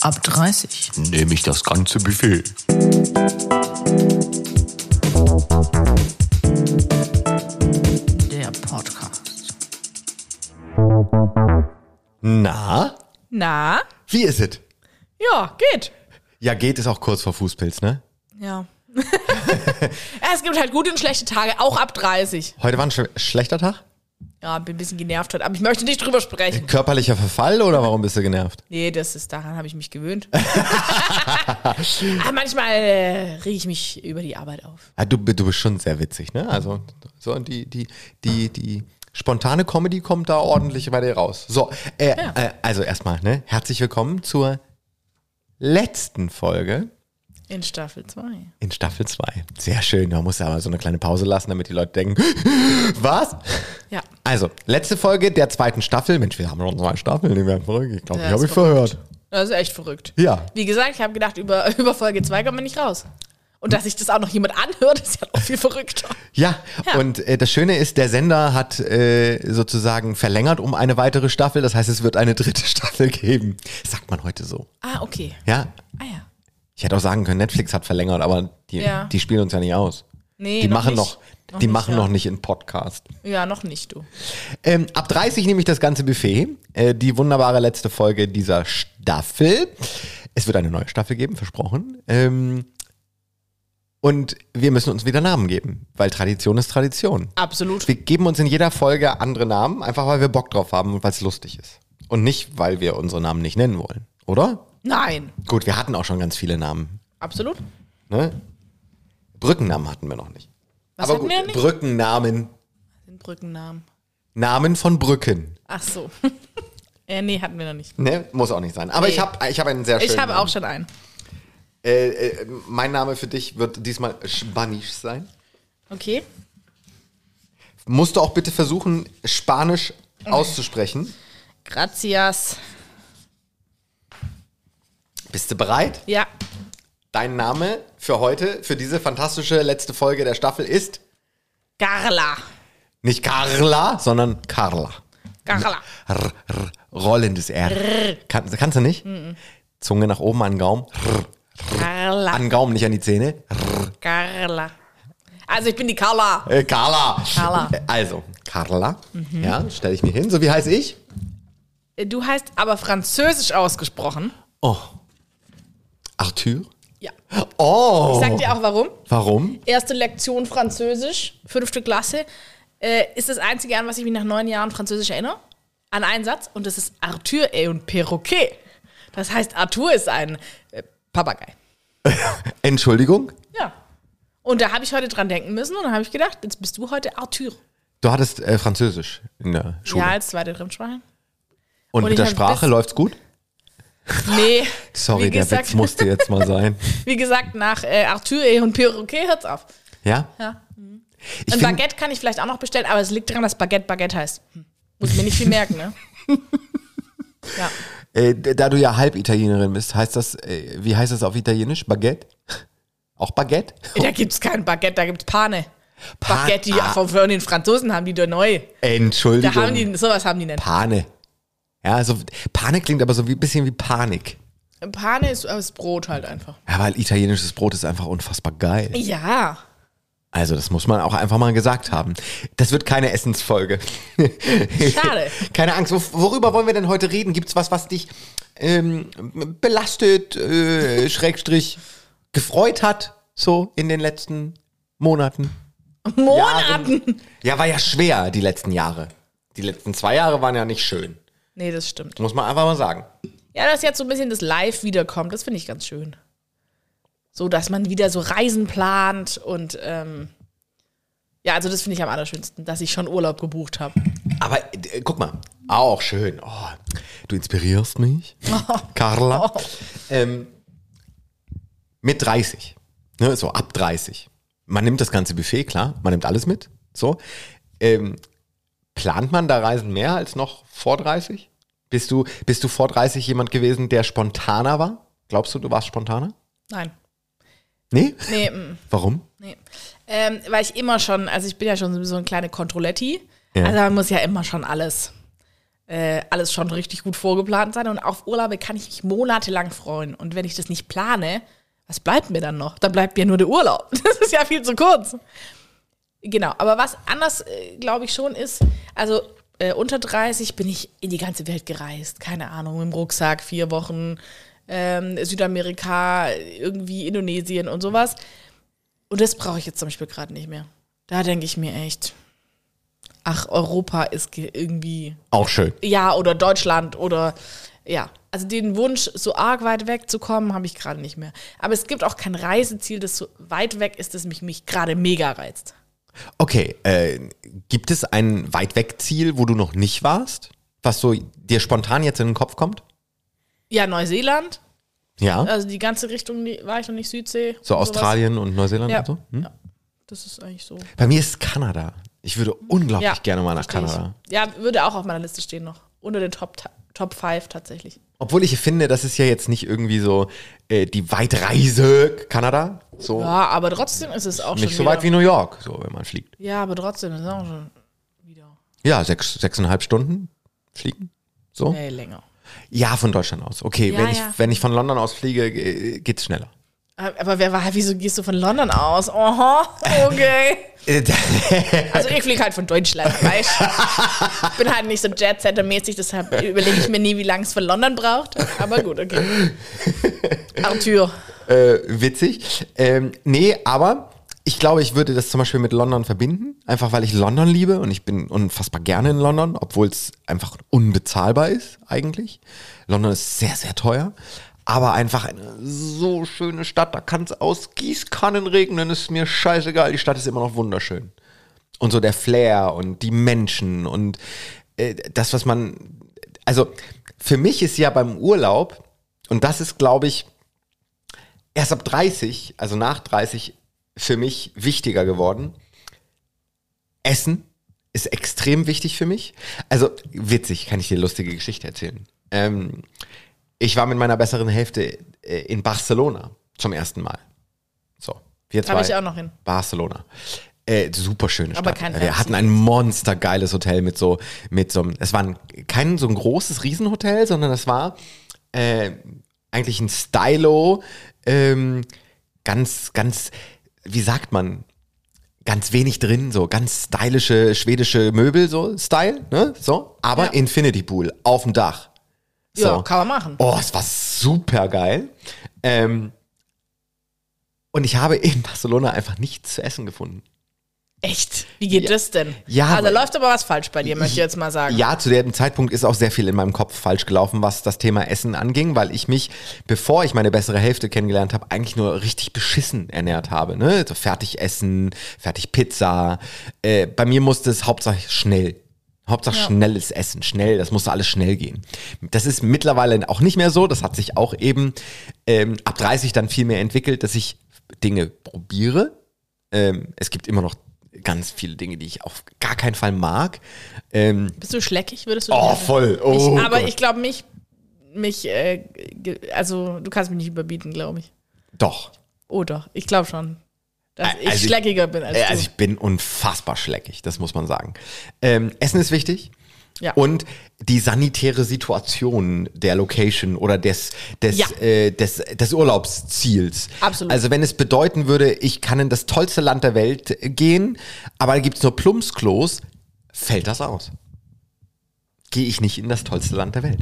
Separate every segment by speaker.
Speaker 1: Ab 30.
Speaker 2: Nehme ich das ganze Buffet.
Speaker 1: Der Podcast.
Speaker 3: Na,
Speaker 4: Na?
Speaker 3: wie ist es?
Speaker 4: Ja, geht.
Speaker 3: Ja, geht es auch kurz vor Fußpilz, ne?
Speaker 4: Ja. ja. Es gibt halt gute und schlechte Tage, auch ab 30.
Speaker 3: Heute war ein sch schlechter Tag?
Speaker 4: Ja, bin ein bisschen genervt heute, aber ich möchte nicht drüber sprechen.
Speaker 3: Körperlicher Verfall oder warum bist du genervt?
Speaker 4: Nee, das ist, daran habe ich mich gewöhnt. aber manchmal äh, rege ich mich über die Arbeit auf.
Speaker 3: Ah, du, bi- du bist schon sehr witzig, ne? Also, so die, die, die, die spontane Comedy kommt da ordentlich bei dir raus. So, äh, äh, also erstmal, ne? Herzlich willkommen zur letzten Folge
Speaker 4: In Staffel 2.
Speaker 3: in Staffel 2. Sehr schön, da muss aber so eine kleine Pause lassen, damit die Leute denken, was?
Speaker 4: Ja.
Speaker 3: Also, letzte Folge der zweiten Staffel. Mensch, wir haben schon zwei Staffeln, die werden verrückt. Ich glaube,
Speaker 4: Ja,
Speaker 3: die habe
Speaker 4: ist
Speaker 3: ich verhört.
Speaker 4: Das ist echt verrückt.
Speaker 3: Ja.
Speaker 4: Wie gesagt, ich habe gedacht, über, über Folge 2 kommt man nicht raus. Und dass sich das auch noch jemand anhört, ist ja noch viel verrückter.
Speaker 3: Ja,
Speaker 4: Ja.
Speaker 3: und äh, das Schöne ist, der Sender hat äh, sozusagen verlängert um eine weitere Staffel. Das heißt, es wird eine dritte Staffel geben. Sagt man heute so.
Speaker 4: Ah, okay.
Speaker 3: Ja,
Speaker 4: Ah ja.
Speaker 3: ich hätte auch sagen können, Netflix hat verlängert, aber die,
Speaker 4: Ja.
Speaker 3: die spielen uns ja nicht aus.
Speaker 4: Nee,
Speaker 3: die
Speaker 4: noch
Speaker 3: machen
Speaker 4: nicht.
Speaker 3: noch,
Speaker 4: Noch
Speaker 3: die
Speaker 4: nicht,
Speaker 3: machen
Speaker 4: ja.
Speaker 3: noch nicht in Podcast.
Speaker 4: Ja, noch nicht, du.
Speaker 3: Ähm, ab 30 nehme ich das ganze Buffet. Äh, die wunderbare letzte Folge dieser Staffel. Es wird eine neue Staffel geben, versprochen. Ähm, und wir müssen uns wieder Namen geben, weil Tradition ist Tradition.
Speaker 4: Absolut.
Speaker 3: Wir geben uns in jeder Folge andere Namen, einfach weil wir Bock drauf haben und weil es lustig ist. Und nicht, weil wir unsere Namen nicht nennen wollen, oder?
Speaker 4: Nein.
Speaker 3: Gut, wir hatten auch schon ganz viele Namen.
Speaker 4: Absolut.
Speaker 3: Ne? Brückennamen hatten wir noch nicht.
Speaker 4: Was
Speaker 3: Aber
Speaker 4: hatten
Speaker 3: gut,
Speaker 4: wir nicht?
Speaker 3: Brückennamen,
Speaker 4: Den Brückennamen.
Speaker 3: Namen von Brücken.
Speaker 4: Ach so. äh, nee, hatten wir noch nicht.
Speaker 3: Ne? Muss auch nicht sein. Aber
Speaker 4: Nee.
Speaker 3: ich habe ich hab einen sehr schönen
Speaker 4: Ich habe
Speaker 3: Namen.
Speaker 4: auch schon einen.
Speaker 3: Äh, äh, mein Name für dich wird diesmal Spanisch sein.
Speaker 4: Okay.
Speaker 3: Musst du auch bitte versuchen, Spanisch
Speaker 4: Mhm.
Speaker 3: auszusprechen.
Speaker 4: Gracias.
Speaker 3: Bist du bereit?
Speaker 4: Ja.
Speaker 3: Dein Name für heute, für diese fantastische letzte Folge der Staffel ist
Speaker 4: Carla.
Speaker 3: nicht Carla, sondern Carla.
Speaker 4: Carla.
Speaker 3: R, r, rollendes R. Kann, kannst du nicht?
Speaker 4: Mhm.
Speaker 3: Zunge nach oben an den Gaumen. R,
Speaker 4: Carla.
Speaker 3: an den Gaumen, nicht an die Zähne. R.
Speaker 4: Carla. Also ich bin die Carla.
Speaker 3: Äh, Carla.
Speaker 4: Carla. Mhm.
Speaker 3: Äh, Also, Carla. Ja, stelle ich mir hin. So, wie heiße ich?
Speaker 4: Äh, Du heißt aber französisch ausgesprochen.
Speaker 3: Oh. Arthur.
Speaker 4: Ja.
Speaker 3: Oh.
Speaker 4: Ich sag dir auch warum.
Speaker 3: Warum?
Speaker 4: Erste Lektion Französisch, fünfte Klasse. Äh, ist das einzige, an was ich mich nach neun Jahren Französisch erinnere. An einen Satz. Und das ist Arthur et un Perroquet. Das heißt, Arthur ist ein äh, Papagei.
Speaker 3: Entschuldigung?
Speaker 4: Ja. Und da habe ich heute dran denken müssen und dann habe ich gedacht, jetzt bist du heute Arthur.
Speaker 3: Du hattest äh, Französisch in der Schule.
Speaker 4: Ja, als zweite Fremdsprache.
Speaker 3: und,
Speaker 4: und
Speaker 3: mit
Speaker 4: ich
Speaker 3: der
Speaker 4: hab
Speaker 3: Sprache
Speaker 4: bis-
Speaker 3: läuft's gut?
Speaker 4: Nee.
Speaker 3: Sorry,
Speaker 4: wie
Speaker 3: der
Speaker 4: gesagt,
Speaker 3: Witz musste jetzt mal sein.
Speaker 4: Wie gesagt, nach äh, Arthur et un Perroquet hört's auf.
Speaker 3: Ja?
Speaker 4: Ja.
Speaker 3: Ich
Speaker 4: Ein
Speaker 3: find-
Speaker 4: Baguette kann ich vielleicht auch noch bestellen, aber es liegt daran, dass Baguette Baguette heißt. Hm. Muss mir nicht viel merken, ne? ja.
Speaker 3: Äh, d- da du ja halb Italienerin bist, heißt das, äh, wie heißt das auf Italienisch? Baguette? Auch Baguette?
Speaker 4: Da gibt's kein Baguette, da gibt's Oh. Pane.
Speaker 3: Pan-
Speaker 4: Baguette, die
Speaker 3: Ah,
Speaker 4: von, von den Franzosen haben die da neu. Da
Speaker 3: Entschuldigung.
Speaker 4: haben die, sowas haben die nicht.
Speaker 3: Pane. Ja, so, Pane klingt aber so ein bisschen wie Panik.
Speaker 4: Pane ist äh, das Brot halt einfach.
Speaker 3: Ja, weil italienisches Brot ist einfach unfassbar geil.
Speaker 4: Ja.
Speaker 3: Also, das muss man auch einfach mal gesagt haben. Das wird keine Essensfolge.
Speaker 4: Schade.
Speaker 3: keine Angst. Wo- Worüber wollen wir denn heute reden? Gibt's was, was dich ähm, belastet, äh, Schrägstrich, gefreut hat, so in den letzten Monaten?
Speaker 4: Monaten.
Speaker 3: Ja, war ja schwer, die letzten Jahre. Die letzten zwei Jahre waren ja nicht schön.
Speaker 4: Nee, das stimmt.
Speaker 3: Muss man einfach mal sagen.
Speaker 4: Ja, dass jetzt so ein bisschen das Live wiederkommt, das finde ich ganz schön. So, dass man wieder so Reisen plant und ähm, ja, also das finde ich am allerschönsten, dass ich schon Urlaub gebucht habe.
Speaker 3: Aber äh, guck mal, auch schön. Oh, du inspirierst mich, Carla. Ähm, mit 30, ne, so ab 30. Man nimmt das ganze Buffet, klar, man nimmt alles mit. So. Ähm, plant man da Reisen mehr als noch vor 30? Bist du, bist du vor 30 jemand gewesen, der spontaner war? Glaubst du, du warst spontaner?
Speaker 4: Nein.
Speaker 3: Nee?
Speaker 4: Nee, mm,
Speaker 3: Warum?
Speaker 4: nee. Ähm, weil ich immer schon, also ich bin ja schon so eine kleine Kontrolletti.
Speaker 3: Ja.
Speaker 4: Also man muss ja immer schon alles äh, alles schon richtig gut vorgeplant sein. Und auf Urlaube kann ich mich monatelang freuen. Und wenn ich das nicht plane, was bleibt mir dann noch? Dann bleibt mir nur der Urlaub. Das ist ja viel zu kurz. Genau, aber was anders, äh, glaube ich, schon ist, also äh, unter 30 bin ich in die ganze Welt gereist. Keine Ahnung, im Rucksack, vier Wochen, ähm, Südamerika, irgendwie Indonesien und sowas. Und das brauche ich jetzt zum Beispiel gerade nicht mehr. Da denke ich mir echt, ach, Europa ist ge- irgendwie
Speaker 3: Auch schön.
Speaker 4: ja, oder Deutschland oder ja. Also den Wunsch, so arg weit weg zu kommen, habe ich gerade nicht mehr. Aber es gibt auch kein Reiseziel, das so weit weg ist, das mich, mich gerade mega reizt.
Speaker 3: Okay, äh, gibt es ein weit weg Ziel, wo du noch nicht warst, was so dir spontan jetzt in den Kopf kommt?
Speaker 4: Ja, Neuseeland,
Speaker 3: Ja,
Speaker 4: also die ganze Richtung die- war ich noch nicht, Südsee.
Speaker 3: so
Speaker 4: und sowas.
Speaker 3: Australien und Neuseeland
Speaker 4: Ja.
Speaker 3: und so. Hm?
Speaker 4: Das ist eigentlich so.
Speaker 3: Bei mir ist Kanada. Ich würde unglaublich
Speaker 4: Ja,
Speaker 3: gerne mal nach
Speaker 4: verstehe ich.
Speaker 3: Kanada.
Speaker 4: Ja, würde auch auf meiner Liste stehen noch. Unter den Top, Top 5 tatsächlich.
Speaker 3: Obwohl ich finde, das ist ja jetzt nicht irgendwie so äh, die Weitreise Kanada. So
Speaker 4: Ja, aber trotzdem ist es auch
Speaker 3: Oh. nicht so
Speaker 4: schon
Speaker 3: weit wie
Speaker 4: wieder-
Speaker 3: New York, so wenn man fliegt.
Speaker 4: Ja, aber trotzdem ist es auch schon wieder.
Speaker 3: Ja, sechs, sechseinhalb Stunden fliegen. So?
Speaker 4: Nee, länger.
Speaker 3: Ja, von Deutschland aus. Okay,
Speaker 4: Ja,
Speaker 3: wenn, ich,
Speaker 4: ja.
Speaker 3: wenn ich von London aus fliege, äh, geht's schneller.
Speaker 4: Aber wer war, wieso gehst du von London aus? Aha, okay.
Speaker 3: Äh,
Speaker 4: Also ich fliege halt von Deutschland, weißt du? Ich bin halt nicht so Jet-Setter-mäßig, deshalb überlege ich mir nie, wie lange es von London braucht. Aber gut, okay. Arthur.
Speaker 3: äh, witzig. Ähm, nee, aber ich glaube, ich würde das zum Beispiel mit London verbinden, einfach weil ich London liebe und ich bin unfassbar gerne in London, obwohl es einfach unbezahlbar ist eigentlich. London ist sehr, sehr teuer, aber einfach eine so schöne Stadt, da kann es aus Gießkannen regnen, ist mir scheißegal, die Stadt ist immer noch wunderschön. Und so der Flair und die Menschen und äh, das, was man. Also für mich ist ja beim Urlaub, und das ist, glaube ich, erst ab 30, also nach 30, für mich wichtiger geworden. Essen ist extrem wichtig für mich. Also witzig, kann ich dir lustige Geschichte erzählen. Ähm, ich war mit meiner besseren Hälfte äh, in Barcelona zum ersten Mal. So, wir zwei.
Speaker 4: Hab ich auch noch hin.
Speaker 3: Barcelona. Äh, super schöne Stadt.
Speaker 4: Aber kein
Speaker 3: wir
Speaker 4: fancy.
Speaker 3: hatten ein monstergeiles Hotel mit so, mit so einem, es war ein, kein so ein großes Riesenhotel, sondern es war äh, eigentlich ein Stylo, ähm, ganz, ganz, wie sagt man, ganz wenig drin, so ganz stylische schwedische Möbel, so Style, ne, so, aber
Speaker 4: Ja.
Speaker 3: Infinity Pool auf dem Dach.
Speaker 4: Ja,
Speaker 3: So.
Speaker 4: kann man machen.
Speaker 3: Oh, es war super geil. Ähm, und ich habe in Barcelona einfach nichts zu essen gefunden.
Speaker 4: Echt? Wie geht das denn?
Speaker 3: Ja,
Speaker 4: Also
Speaker 3: aber-
Speaker 4: läuft aber was falsch bei dir, möchte ich jetzt mal sagen.
Speaker 3: Ja, zu dem Zeitpunkt ist auch sehr viel in meinem Kopf falsch gelaufen, was das Thema Essen anging, weil ich mich, bevor ich meine bessere Hälfte kennengelernt habe, eigentlich nur richtig beschissen ernährt habe. Ne? So fertig Essen, fertig Pizza. Äh, bei mir musste es hauptsächlich schnell. Hauptsache schnelles Essen, schnell, das musste alles schnell gehen. Das ist mittlerweile auch nicht mehr so, das hat sich auch eben ähm, ab 30 dann viel mehr entwickelt, dass ich Dinge probiere, ähm, es gibt immer noch ganz viele Dinge, die ich auf gar keinen Fall mag. Ähm,
Speaker 4: Bist du schleckig, würdest du
Speaker 3: oh,
Speaker 4: dich-
Speaker 3: voll. Oh,
Speaker 4: ich, aber
Speaker 3: Gott.
Speaker 4: ich glaube, mich, mich, äh, ge- also du kannst mich nicht überbieten, glaube ich.
Speaker 3: Doch.
Speaker 4: Oh doch, ich glaube schon, dass
Speaker 3: Ä-
Speaker 4: ich
Speaker 3: also ich-
Speaker 4: schleckiger bin als
Speaker 3: Äh,
Speaker 4: du.
Speaker 3: also ich bin unfassbar schleckig, das muss man sagen. Ähm, Essen ist wichtig.
Speaker 4: Ja.
Speaker 3: Und die sanitäre Situation der Location oder des, des,
Speaker 4: Ja.
Speaker 3: äh, des, des Urlaubsziels.
Speaker 4: Absolut.
Speaker 3: Also wenn es bedeuten würde, ich kann in das tollste Land der Welt gehen, aber da gibt es nur Plumpsklos, fällt das aus. Gehe ich nicht in das tollste Land der Welt.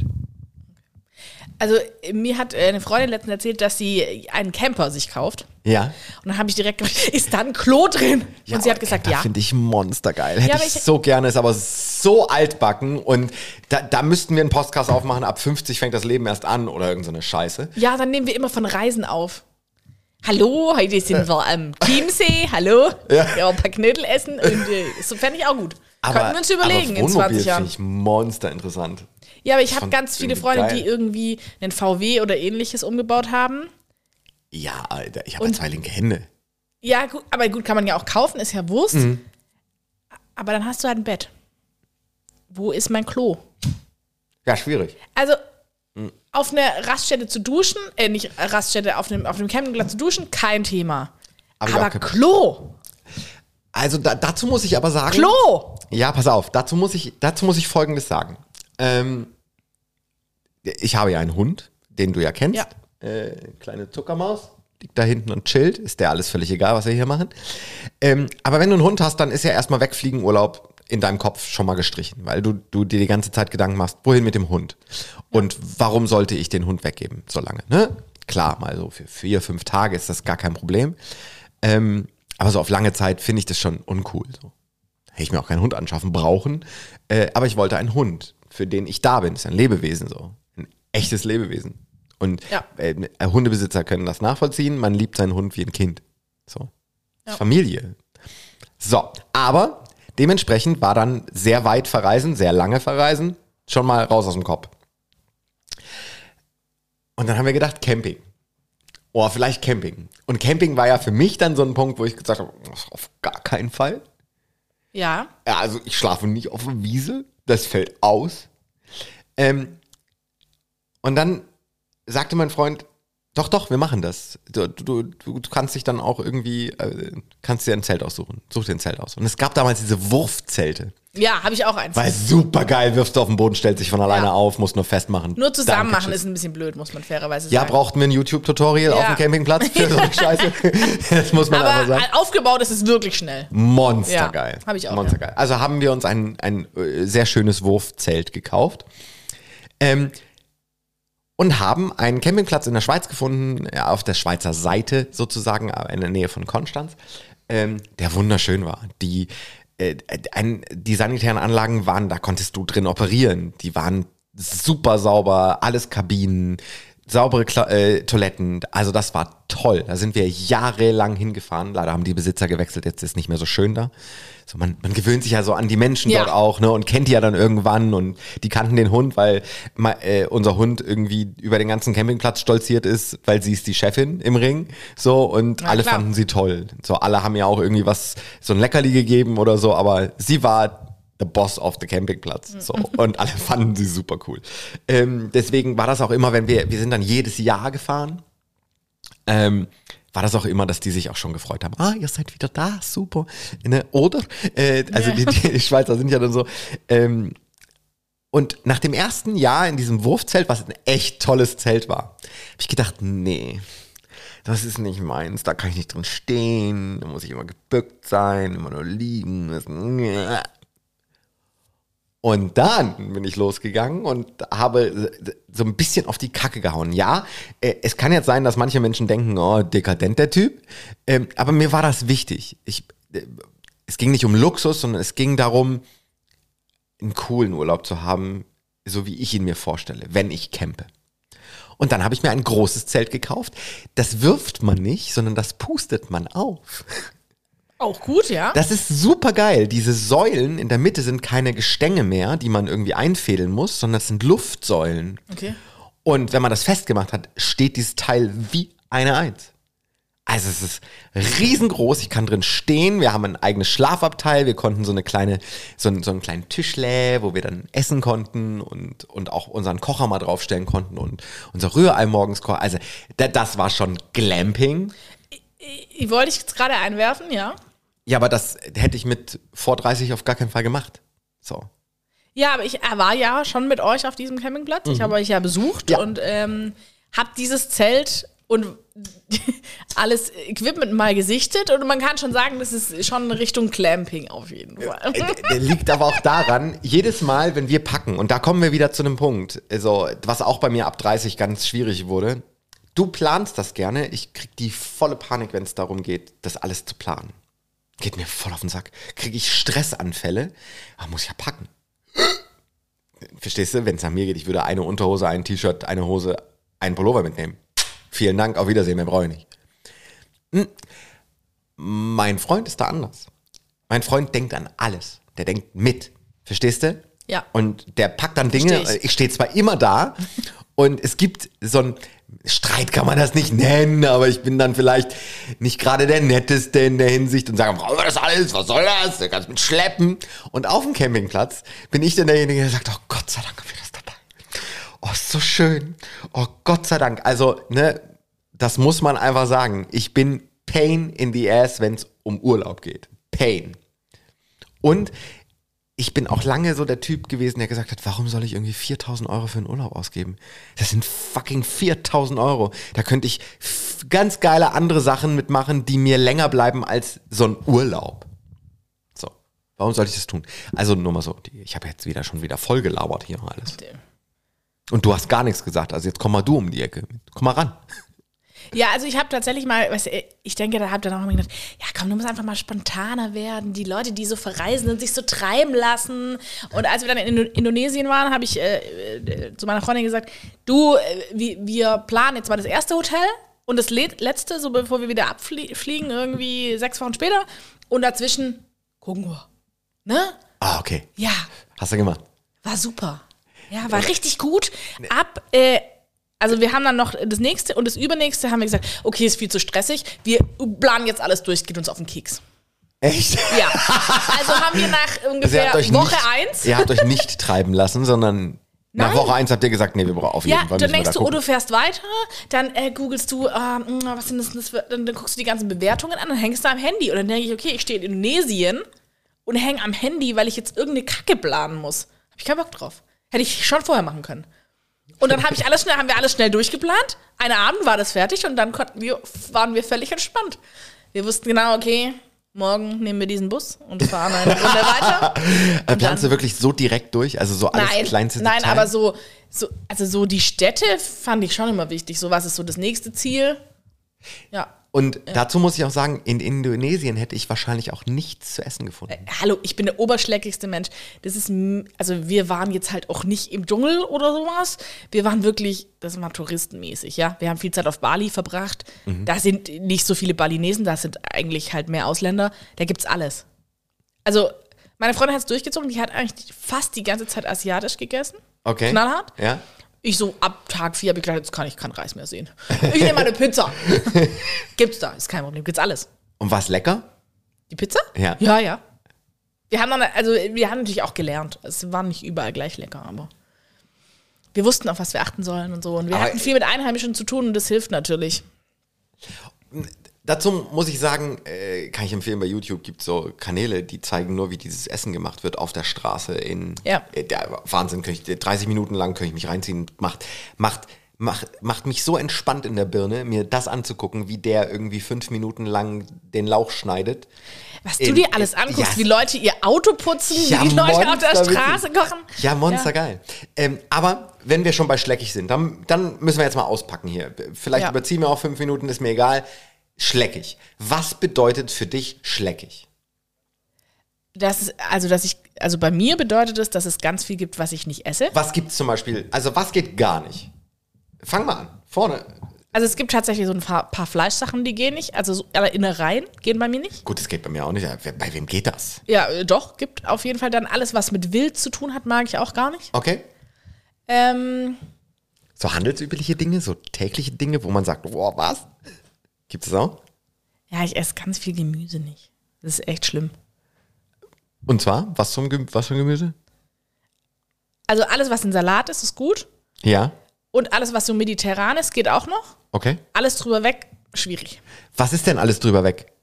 Speaker 4: Also äh, mir hat äh, eine Freundin letztens erzählt, dass sie einen Camper sich kauft.
Speaker 3: Ja.
Speaker 4: Und dann habe ich direkt gefragt, ist da ein Klo drin? und sie hat
Speaker 3: aber
Speaker 4: gesagt,
Speaker 3: Camper
Speaker 4: ja.
Speaker 3: finde ich monstergeil. Hätte
Speaker 4: aber
Speaker 3: ich,
Speaker 4: ich-
Speaker 3: so gerne, ist aber so altbacken. Und da, da müssten wir einen Podcast aufmachen. Ab 50 fängt das Leben erst an oder irgendeine so eine Scheiße.
Speaker 4: Ja, dann nehmen wir immer von Reisen auf. Hallo, heute
Speaker 3: Äh.
Speaker 4: sind wir am Chiemsee, hallo. Ja. ein paar Knödel essen und äh, so fände ich auch gut.
Speaker 3: Aber,
Speaker 4: Könnten wir uns überlegen
Speaker 3: aber
Speaker 4: in 20 Jahren.
Speaker 3: finde ich monster interessant.
Speaker 4: Ja, aber ich habe
Speaker 3: fand
Speaker 4: ganz viele
Speaker 3: irgendwie
Speaker 4: Freunde,
Speaker 3: geil.
Speaker 4: die irgendwie einen VW oder ähnliches umgebaut haben.
Speaker 3: Ja, Alter, ich habe
Speaker 4: Und-
Speaker 3: ja zwei linke Hände.
Speaker 4: Ja, gut, aber gut, kann man ja auch kaufen, ist ja Wurst.
Speaker 3: Mhm.
Speaker 4: Aber dann hast du halt ein Bett. Wo ist mein Klo?
Speaker 3: Ja, schwierig.
Speaker 4: Also
Speaker 3: Mhm.
Speaker 4: auf einer Raststätte zu duschen, äh, nicht Raststätte, auf einem, auf einem Campingplatz zu duschen, kein Thema.
Speaker 3: Hab ich
Speaker 4: aber
Speaker 3: auch kein-
Speaker 4: Klo,
Speaker 3: Also da, dazu muss ich aber sagen.
Speaker 4: Klo!
Speaker 3: Ja, pass auf, dazu muss ich, dazu muss ich Folgendes sagen. Ähm, ich habe ja einen Hund, den du ja kennst.
Speaker 4: Ja.
Speaker 3: Äh, kleine Zuckermaus, liegt da hinten und chillt. Ist der alles völlig egal, was wir hier machen. Ähm, aber wenn du einen Hund hast, dann ist ja erstmal wegfliegen Urlaub in deinem Kopf schon mal gestrichen, weil du, du dir die ganze Zeit Gedanken machst, wohin mit dem Hund? Und warum sollte ich den Hund weggeben so lange? Ne? Klar, mal so für vier, fünf Tage ist das gar kein Problem. Ähm, aber so auf lange Zeit finde ich das schon uncool. So. Hätte ich mir auch keinen Hund anschaffen brauchen. Äh, aber ich wollte einen Hund, für den ich da bin. Ist ein Lebewesen so. Ein echtes Lebewesen. Und
Speaker 4: Ja.
Speaker 3: äh, Hundebesitzer können das nachvollziehen. Man liebt seinen Hund wie ein Kind. So.
Speaker 4: Ja.
Speaker 3: Familie. So. Aber dementsprechend war dann sehr weit verreisen, sehr lange verreisen, schon mal raus aus dem Kopf. Und dann haben wir gedacht, Camping. Oh, vielleicht Camping. Und Camping war ja für mich dann so ein Punkt, wo ich gesagt habe, auf gar keinen Fall.
Speaker 4: Ja.
Speaker 3: Ja, also ich schlafe nicht auf der Wiese. Das fällt aus. Ähm, und dann sagte mein Freund, doch, doch, wir machen das. Du, du, du du kannst dich dann auch irgendwie, äh, kannst dir ein Zelt aussuchen. Such dir ein Zelt aus. Und es gab damals diese Wurfzelte.
Speaker 4: Ja, habe ich auch eins.
Speaker 3: War super geil, wirfst du auf den Boden, stellt sich von alleine
Speaker 4: Ja.
Speaker 3: auf, musst nur festmachen.
Speaker 4: Nur
Speaker 3: Danke,
Speaker 4: zusammen machen
Speaker 3: tschüss.
Speaker 4: ist ein bisschen blöd, muss man fairerweise
Speaker 3: Ja,
Speaker 4: sagen.
Speaker 3: brauchten wir ein YouTube-Tutorial auf
Speaker 4: Ja.
Speaker 3: dem Campingplatz für so eine Scheiße. Das muss man einfach
Speaker 4: Aber
Speaker 3: sagen.
Speaker 4: aufgebaut ist es wirklich schnell.
Speaker 3: Monstergeil.
Speaker 4: Ja, hab ich auch,
Speaker 3: Monstergeil. Also haben wir uns ein, ein äh, sehr schönes Wurfzelt gekauft. Ähm, und haben einen Campingplatz in der Schweiz gefunden, ja, auf der Schweizer Seite sozusagen, aber in der Nähe von Konstanz, ähm, der wunderschön war. Die, äh, ein, die sanitären Anlagen waren, da konntest du drin operieren. Die waren super sauber, alles Kabinen, saubere Kla äh, Toiletten. Also das war toll. Da sind wir jahrelang hingefahren. Leider haben die Besitzer gewechselt, jetzt ist nicht mehr so schön da. So, man, man gewöhnt sich ja so an die Menschen
Speaker 4: Ja.
Speaker 3: dort auch auch, ne? Und kennt die ja dann irgendwann und die kannten den Hund, weil ma- äh, unser Hund irgendwie über den ganzen Campingplatz stolziert ist, weil sie ist die Chefin im Ring. So, und
Speaker 4: Na
Speaker 3: alle
Speaker 4: klar.
Speaker 3: fanden sie toll. So, alle haben ja auch irgendwie was, so ein Leckerli gegeben oder so, aber sie war the boss of the Campingplatz.
Speaker 4: Mhm.
Speaker 3: So, und alle fanden sie super cool. Ähm, deswegen war das auch immer, wenn wir, wir sind dann jedes Jahr gefahren ähm, war das auch immer, dass die sich auch schon gefreut haben. Ah, ihr seid wieder da, super. Ne? Oder? Äh, also die, die Schweizer sind ja dann so. Ähm, und nach dem ersten Jahr in diesem Wurfzelt, was ein echt tolles Zelt war, habe ich gedacht, nee, das ist nicht meins, da kann ich nicht drin stehen, da muss ich immer gebückt sein, immer nur liegen. Das, und dann bin ich losgegangen und habe so ein bisschen auf die Kacke gehauen. Ja, äh, es kann jetzt sein, dass manche Menschen denken, oh, dekadent der Typ. Ähm, aber mir war das wichtig. Ich, äh, es ging nicht um Luxus, sondern es ging darum, einen coolen Urlaub zu haben, so wie ich ihn mir vorstelle, wenn ich campe. Und dann habe ich mir ein großes Zelt gekauft. Das wirft man nicht, sondern das pustet man auf.
Speaker 4: Auch gut, ja.
Speaker 3: Das ist super geil. Diese Säulen in der Mitte sind keine Gestänge mehr, die man irgendwie einfädeln muss, sondern es sind Luftsäulen.
Speaker 4: Okay.
Speaker 3: Und wenn man das festgemacht hat, steht dieses Teil wie eine Eins. Also es ist riesengroß, ich kann drin stehen, wir haben ein eigenes Schlafabteil, wir konnten so eine kleine, so, einen- so einen kleinen Tischlä, wo wir dann essen konnten und, und auch unseren Kocher mal draufstellen konnten und unser Rührei morgens kochen. Also da, das war schon Glamping.
Speaker 4: Ich wollte ich jetzt gerade einwerfen, ja.
Speaker 3: Ja, aber das hätte ich mit vor 30 auf gar keinen Fall gemacht. So.
Speaker 4: Ja, aber ich äh, war ja schon mit euch auf diesem Campingplatz. Ich habe euch ja besucht
Speaker 3: Mhm. Ja.
Speaker 4: und ähm, habe dieses Zelt und alles Equipment mal gesichtet. Und man kann schon sagen, das ist schon Richtung Clamping auf jeden Fall.
Speaker 3: Äh, Der liegt aber auch daran, jedes Mal, wenn wir packen, und da kommen wir wieder zu einem Punkt, also, was auch bei mir ab 30 ganz schwierig wurde. Du planst das gerne, ich krieg die volle Panik, wenn es darum geht, das alles zu planen. Geht mir voll auf den Sack. Kriege ich Stressanfälle, aber muss ich ja packen. Verstehst du, wenn es nach mir geht, ich würde eine Unterhose, ein T-Shirt, eine Hose, einen Pullover mitnehmen. Vielen Dank, auf Wiedersehen, mehr brauche ich nicht. Hm. Mein Freund ist da anders. Mein Freund denkt an alles. Der denkt mit. Verstehst du?
Speaker 4: Ja.
Speaker 3: Und der packt dann Dinge.
Speaker 4: Versteh
Speaker 3: Ich, stehe zwar immer da und es gibt so ein Streit kann man das nicht nennen, aber ich bin dann vielleicht nicht gerade der Netteste in der Hinsicht und sage, brauchen wir das alles? Was soll das? Du kannst mit schleppen. Und auf dem Campingplatz bin ich dann derjenige, der sagt, oh Gott sei Dank haben wir das dabei. Oh, ist so schön. Oh, Gott sei Dank. Also, ne, das muss man einfach sagen. Ich bin pain in the ass, wenn es um Urlaub geht. Pain. Und ich bin auch lange so der Typ gewesen, der gesagt hat, warum soll ich irgendwie 4000 Euro für einen Urlaub ausgeben? Das sind fucking 4000 Euro. Da könnte ich f- ganz geile andere Sachen mitmachen, die mir länger bleiben als so ein Urlaub. So, warum sollte ich das tun? Also nur mal so, die- ich habe jetzt wieder schon wieder voll gelabert hier alles. Und du hast gar nichts gesagt. Also jetzt komm mal du um die Ecke. Komm mal ran.
Speaker 4: Ja, also ich habe tatsächlich mal, weißt, du, ich denke, da habe ich dann auch mal gedacht, ja komm, du musst einfach mal spontaner werden. Die Leute, die so verreisen und sich so treiben lassen. Und als wir dann in Indo- Indonesien waren, habe ich äh, äh, zu meiner Freundin gesagt, du, äh, wir, wir planen jetzt mal das erste Hotel und das le- letzte, so bevor wir wieder abfliegen, irgendwie sechs Wochen später. Und dazwischen gucken wir. Ne?
Speaker 3: Ah, okay.
Speaker 4: Ja,
Speaker 3: Hast du gemacht.
Speaker 4: war super. Ja, war richtig gut. Ab, äh, also wir haben dann noch das nächste und das übernächste haben wir gesagt, okay, ist viel zu stressig, wir planen jetzt alles durch, geht uns auf den Keks.
Speaker 3: Echt?
Speaker 4: Ja. Also haben wir nach
Speaker 3: Also ihr
Speaker 4: ungefähr
Speaker 3: habt euch
Speaker 4: Woche
Speaker 3: nicht,
Speaker 4: 1.
Speaker 3: Ihr habt euch nicht treiben lassen, sondern nach
Speaker 4: Nein.
Speaker 3: Woche 1 habt ihr gesagt, nee, wir brauchen auf jeden
Speaker 4: Ja,
Speaker 3: Fall.
Speaker 4: dann
Speaker 3: müssen wir
Speaker 4: denkst
Speaker 3: da
Speaker 4: du, oh,
Speaker 3: gucken.
Speaker 4: du fährst weiter, dann äh, googelst du, ähm, was sind das, denn das für, dann, dann guckst du die ganzen Bewertungen an, dann hängst du am Handy. Und dann denke ich, okay, ich stehe in Indonesien und hänge am Handy, weil ich jetzt irgendeine Kacke planen muss. Hab ich keinen Bock drauf. Hätte ich schon vorher machen können. Und dann habe ich alles schnell, haben wir alles schnell durchgeplant. Einen Abend war das fertig und dann konnten wir, waren wir völlig entspannt. Wir wussten genau, okay, morgen nehmen wir diesen Bus und fahren eine Runde weiter.
Speaker 3: Äh, planst du wirklich so direkt durch? Also so alles
Speaker 4: Nein,
Speaker 3: kleinste
Speaker 4: nein,
Speaker 3: Detail?
Speaker 4: aber so, so, also so die Städte fand ich schon immer wichtig. So was ist so das nächste Ziel. Ja.
Speaker 3: Und dazu muss ich auch sagen, in Indonesien hätte ich wahrscheinlich auch nichts zu essen gefunden.
Speaker 4: Hallo, ich bin der oberschläglichste Mensch. Das ist, m- also wir waren jetzt halt auch nicht im Dschungel oder sowas. Wir waren wirklich, das war touristenmäßig, ja. Wir haben viel Zeit auf Bali verbracht.
Speaker 3: Mhm.
Speaker 4: Da sind nicht so viele Balinesen, da sind eigentlich halt mehr Ausländer. Da gibt's alles. Also, meine Freundin hat's durchgezogen, die hat eigentlich fast die ganze Zeit asiatisch gegessen.
Speaker 3: Okay.
Speaker 4: Knallhart.
Speaker 3: Ja.
Speaker 4: Ich so ab Tag 4 habe ich gedacht, jetzt kann ich keinen Reis mehr sehen. Ich nehme eine Pizza. Gibt's da, ist kein Problem, gibt's alles.
Speaker 3: Und war es lecker?
Speaker 4: Die Pizza?
Speaker 3: Ja.
Speaker 4: Ja, ja. Wir haben dann, also wir haben natürlich auch gelernt. Es war nicht überall gleich lecker, aber wir wussten, auf was wir achten sollen und so. Und wir
Speaker 3: Aber-
Speaker 4: hatten viel mit Einheimischen zu tun und das hilft natürlich.
Speaker 3: Dazu muss ich sagen, äh, kann ich empfehlen, bei YouTube gibt es so Kanäle, die zeigen nur, wie dieses Essen gemacht wird auf der Straße in
Speaker 4: Ja.
Speaker 3: äh, der Wahnsinn, könnte ich, 30 Minuten lang könnte ich mich reinziehen. Macht, macht, macht, macht mich so entspannt in der Birne, mir das anzugucken, wie der irgendwie fünf Minuten lang den Lauch schneidet.
Speaker 4: Was
Speaker 3: In-
Speaker 4: du dir alles
Speaker 3: in-
Speaker 4: anguckst,
Speaker 3: ja.
Speaker 4: wie Leute ihr Auto putzen, wie die Leute auf der
Speaker 3: monsterwitzig.
Speaker 4: Straße kochen.
Speaker 3: Ja, monster
Speaker 4: Ja.
Speaker 3: geil. Ähm, aber wenn wir schon bei Schleckig sind, dann, dann müssen wir jetzt mal auspacken hier. Vielleicht
Speaker 4: Ja.
Speaker 3: überziehen wir auch fünf Minuten, ist mir egal. Schleckig. Was bedeutet für dich Schleckig?
Speaker 4: Das ist, also, dass ich, also bei mir bedeutet es, dass es ganz viel gibt, was ich nicht esse.
Speaker 3: Was gibt's zum Beispiel? Also was geht gar nicht? Fang mal an. Vorne.
Speaker 4: Also es gibt tatsächlich so ein paar, paar Fleischsachen, die gehen nicht. Also so, aber Innereien gehen bei mir nicht.
Speaker 3: Gut, das geht bei mir auch nicht. Wer- Bei wem geht das?
Speaker 4: Ja, äh, doch, gibt auf jeden Fall dann alles, was mit Wild zu tun hat, mag ich auch gar nicht.
Speaker 3: Okay.
Speaker 4: Ähm,
Speaker 3: So handelsübliche Dinge, so tägliche Dinge, wo man sagt, boah, was? Gibt es auch?
Speaker 4: ja, ich esse ganz viel Gemüse nicht. Das ist echt schlimm.
Speaker 3: Und zwar, was, zum Gem was für ein Gemüse?
Speaker 4: Also alles, was in Salat ist, ist gut.
Speaker 3: Ja.
Speaker 4: Und alles, was so mediterran ist, geht auch noch.
Speaker 3: Okay.
Speaker 4: Alles drüber weg, schwierig.
Speaker 3: Was ist denn alles drüber weg?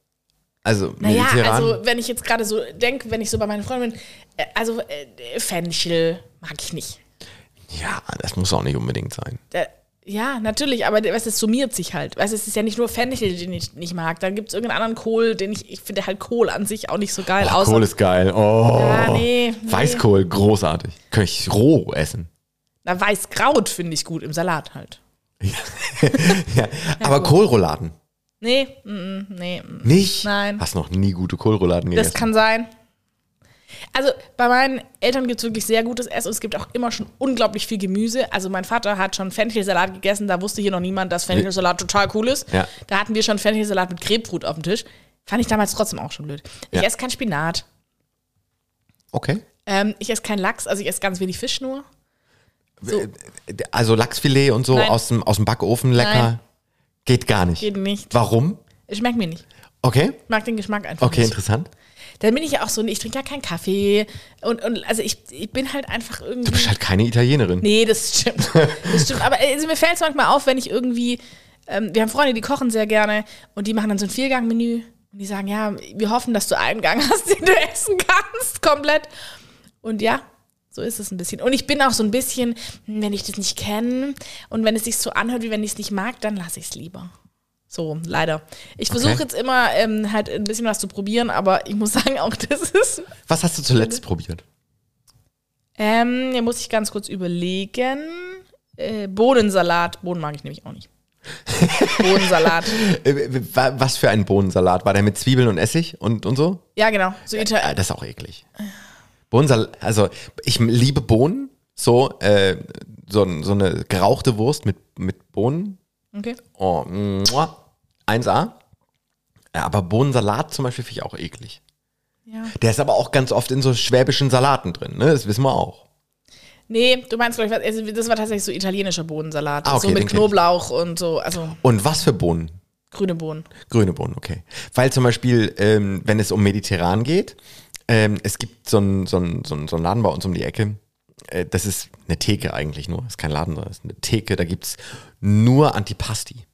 Speaker 3: Also,
Speaker 4: Naja,
Speaker 3: mediterran.
Speaker 4: also wenn ich jetzt gerade so denke, wenn ich so bei meinen Freunden bin, äh, also äh, Fenchel mag ich nicht.
Speaker 3: ja, das muss auch nicht unbedingt sein.
Speaker 4: Da- ja, natürlich, aber weißt, du, es summiert sich halt. Weißt, du, es ist ja nicht nur Fenchel, den ich nicht mag. Dann gibt es irgendeinen anderen Kohl, den ich, ich finde halt Kohl an sich auch nicht so geil. außer,
Speaker 3: Kohl ist geil. Oh.
Speaker 4: Ja, nee, nee.
Speaker 3: Weißkohl, großartig. Könnte ich roh essen.
Speaker 4: Na, Weißkraut finde ich gut im Salat halt.
Speaker 3: Ja. Aber Kohlrouladen
Speaker 4: Nee, mm, mm, nee, mm.
Speaker 3: nicht?
Speaker 4: Nein.
Speaker 3: Hast noch nie gute Kohlrouladen gegessen?
Speaker 4: das kann sein. Also bei meinen Eltern gibt es wirklich sehr gutes Essen und es gibt auch immer schon unglaublich viel Gemüse. Also mein Vater hat schon Fenchelsalat gegessen, da wusste hier noch niemand, dass Fenchelsalat total cool ist.
Speaker 3: Ja.
Speaker 4: Da hatten wir schon Fenchelsalat mit Grapefruit auf dem Tisch. Fand ich damals trotzdem auch schon blöd. Ich
Speaker 3: Ja.
Speaker 4: esse kein Spinat,
Speaker 3: Okay.
Speaker 4: ähm, ich esse keinen Lachs, also ich esse ganz wenig Fisch nur. So.
Speaker 3: Also Lachsfilet und so
Speaker 4: Nein.
Speaker 3: aus dem, aus dem Backofen lecker.
Speaker 4: Nein.
Speaker 3: Geht gar nicht.
Speaker 4: Geht nicht.
Speaker 3: Warum?
Speaker 4: Schmeckt mir nicht.
Speaker 3: Okay.
Speaker 4: Ich mag den Geschmack einfach
Speaker 3: Okay,
Speaker 4: nicht.
Speaker 3: interessant.
Speaker 4: Dann bin ich ja auch so, ich trinke ja keinen Kaffee und, und also ich, ich bin halt einfach irgendwie...
Speaker 3: Du bist halt keine Italienerin.
Speaker 4: Nee, das stimmt. Das stimmt. Aber also, mir fällt es manchmal auf, wenn ich irgendwie, ähm, wir haben Freunde, die kochen sehr gerne und die machen dann so ein Viergang-Menü und die sagen, ja, wir hoffen, dass du einen Gang hast, den du essen kannst, komplett. Und ja, so ist es ein bisschen. Und ich bin auch so ein bisschen, hm, wenn ich das nicht kenne und wenn es sich so anhört, wie wenn ich es nicht mag, dann lasse ich es lieber. So, leider. Ich versuche jetzt immer ähm, halt ein bisschen was zu probieren, aber ich muss sagen, auch das ist.
Speaker 3: Was hast du zuletzt probiert?
Speaker 4: Ähm, hier muss ich ganz kurz überlegen. Äh, Bohnensalat. Bohnen mag ich nämlich auch nicht. Bohnensalat.
Speaker 3: Äh, w- wa- Was für ein Bohnensalat? War der mit Zwiebeln und Essig und, und so?
Speaker 4: Ja, genau. So Ital
Speaker 3: Ah, Das ist auch eklig. Bohnensalat, also ich liebe Bohnen, so, äh, so, n- so eine gerauchte Wurst mit, mit Bohnen.
Speaker 4: Okay.
Speaker 3: Oh, mua. 1A. Ja, aber Bohnensalat zum Beispiel finde ich auch eklig.
Speaker 4: Ja.
Speaker 3: Der ist aber auch ganz oft in so schwäbischen Salaten drin, ne? Das wissen wir auch.
Speaker 4: Nee, du meinst, glaube ich, was- also das war tatsächlich so italienischer Bohnensalat.
Speaker 3: Ah, okay,
Speaker 4: so
Speaker 3: den
Speaker 4: mit
Speaker 3: kenn ich.
Speaker 4: Knoblauch und so, also
Speaker 3: Und was für Bohnen?
Speaker 4: grüne Bohnen.
Speaker 3: Grüne Bohnen, okay. Weil zum Beispiel, ähm, wenn es um Mediterran geht, ähm, es gibt so einen so einen- so einen- so einen Laden bei uns um die Ecke. Äh, das ist eine Theke eigentlich nur. Ist kein Laden, sondern ist eine Theke. Da gibt's nur Antipasti.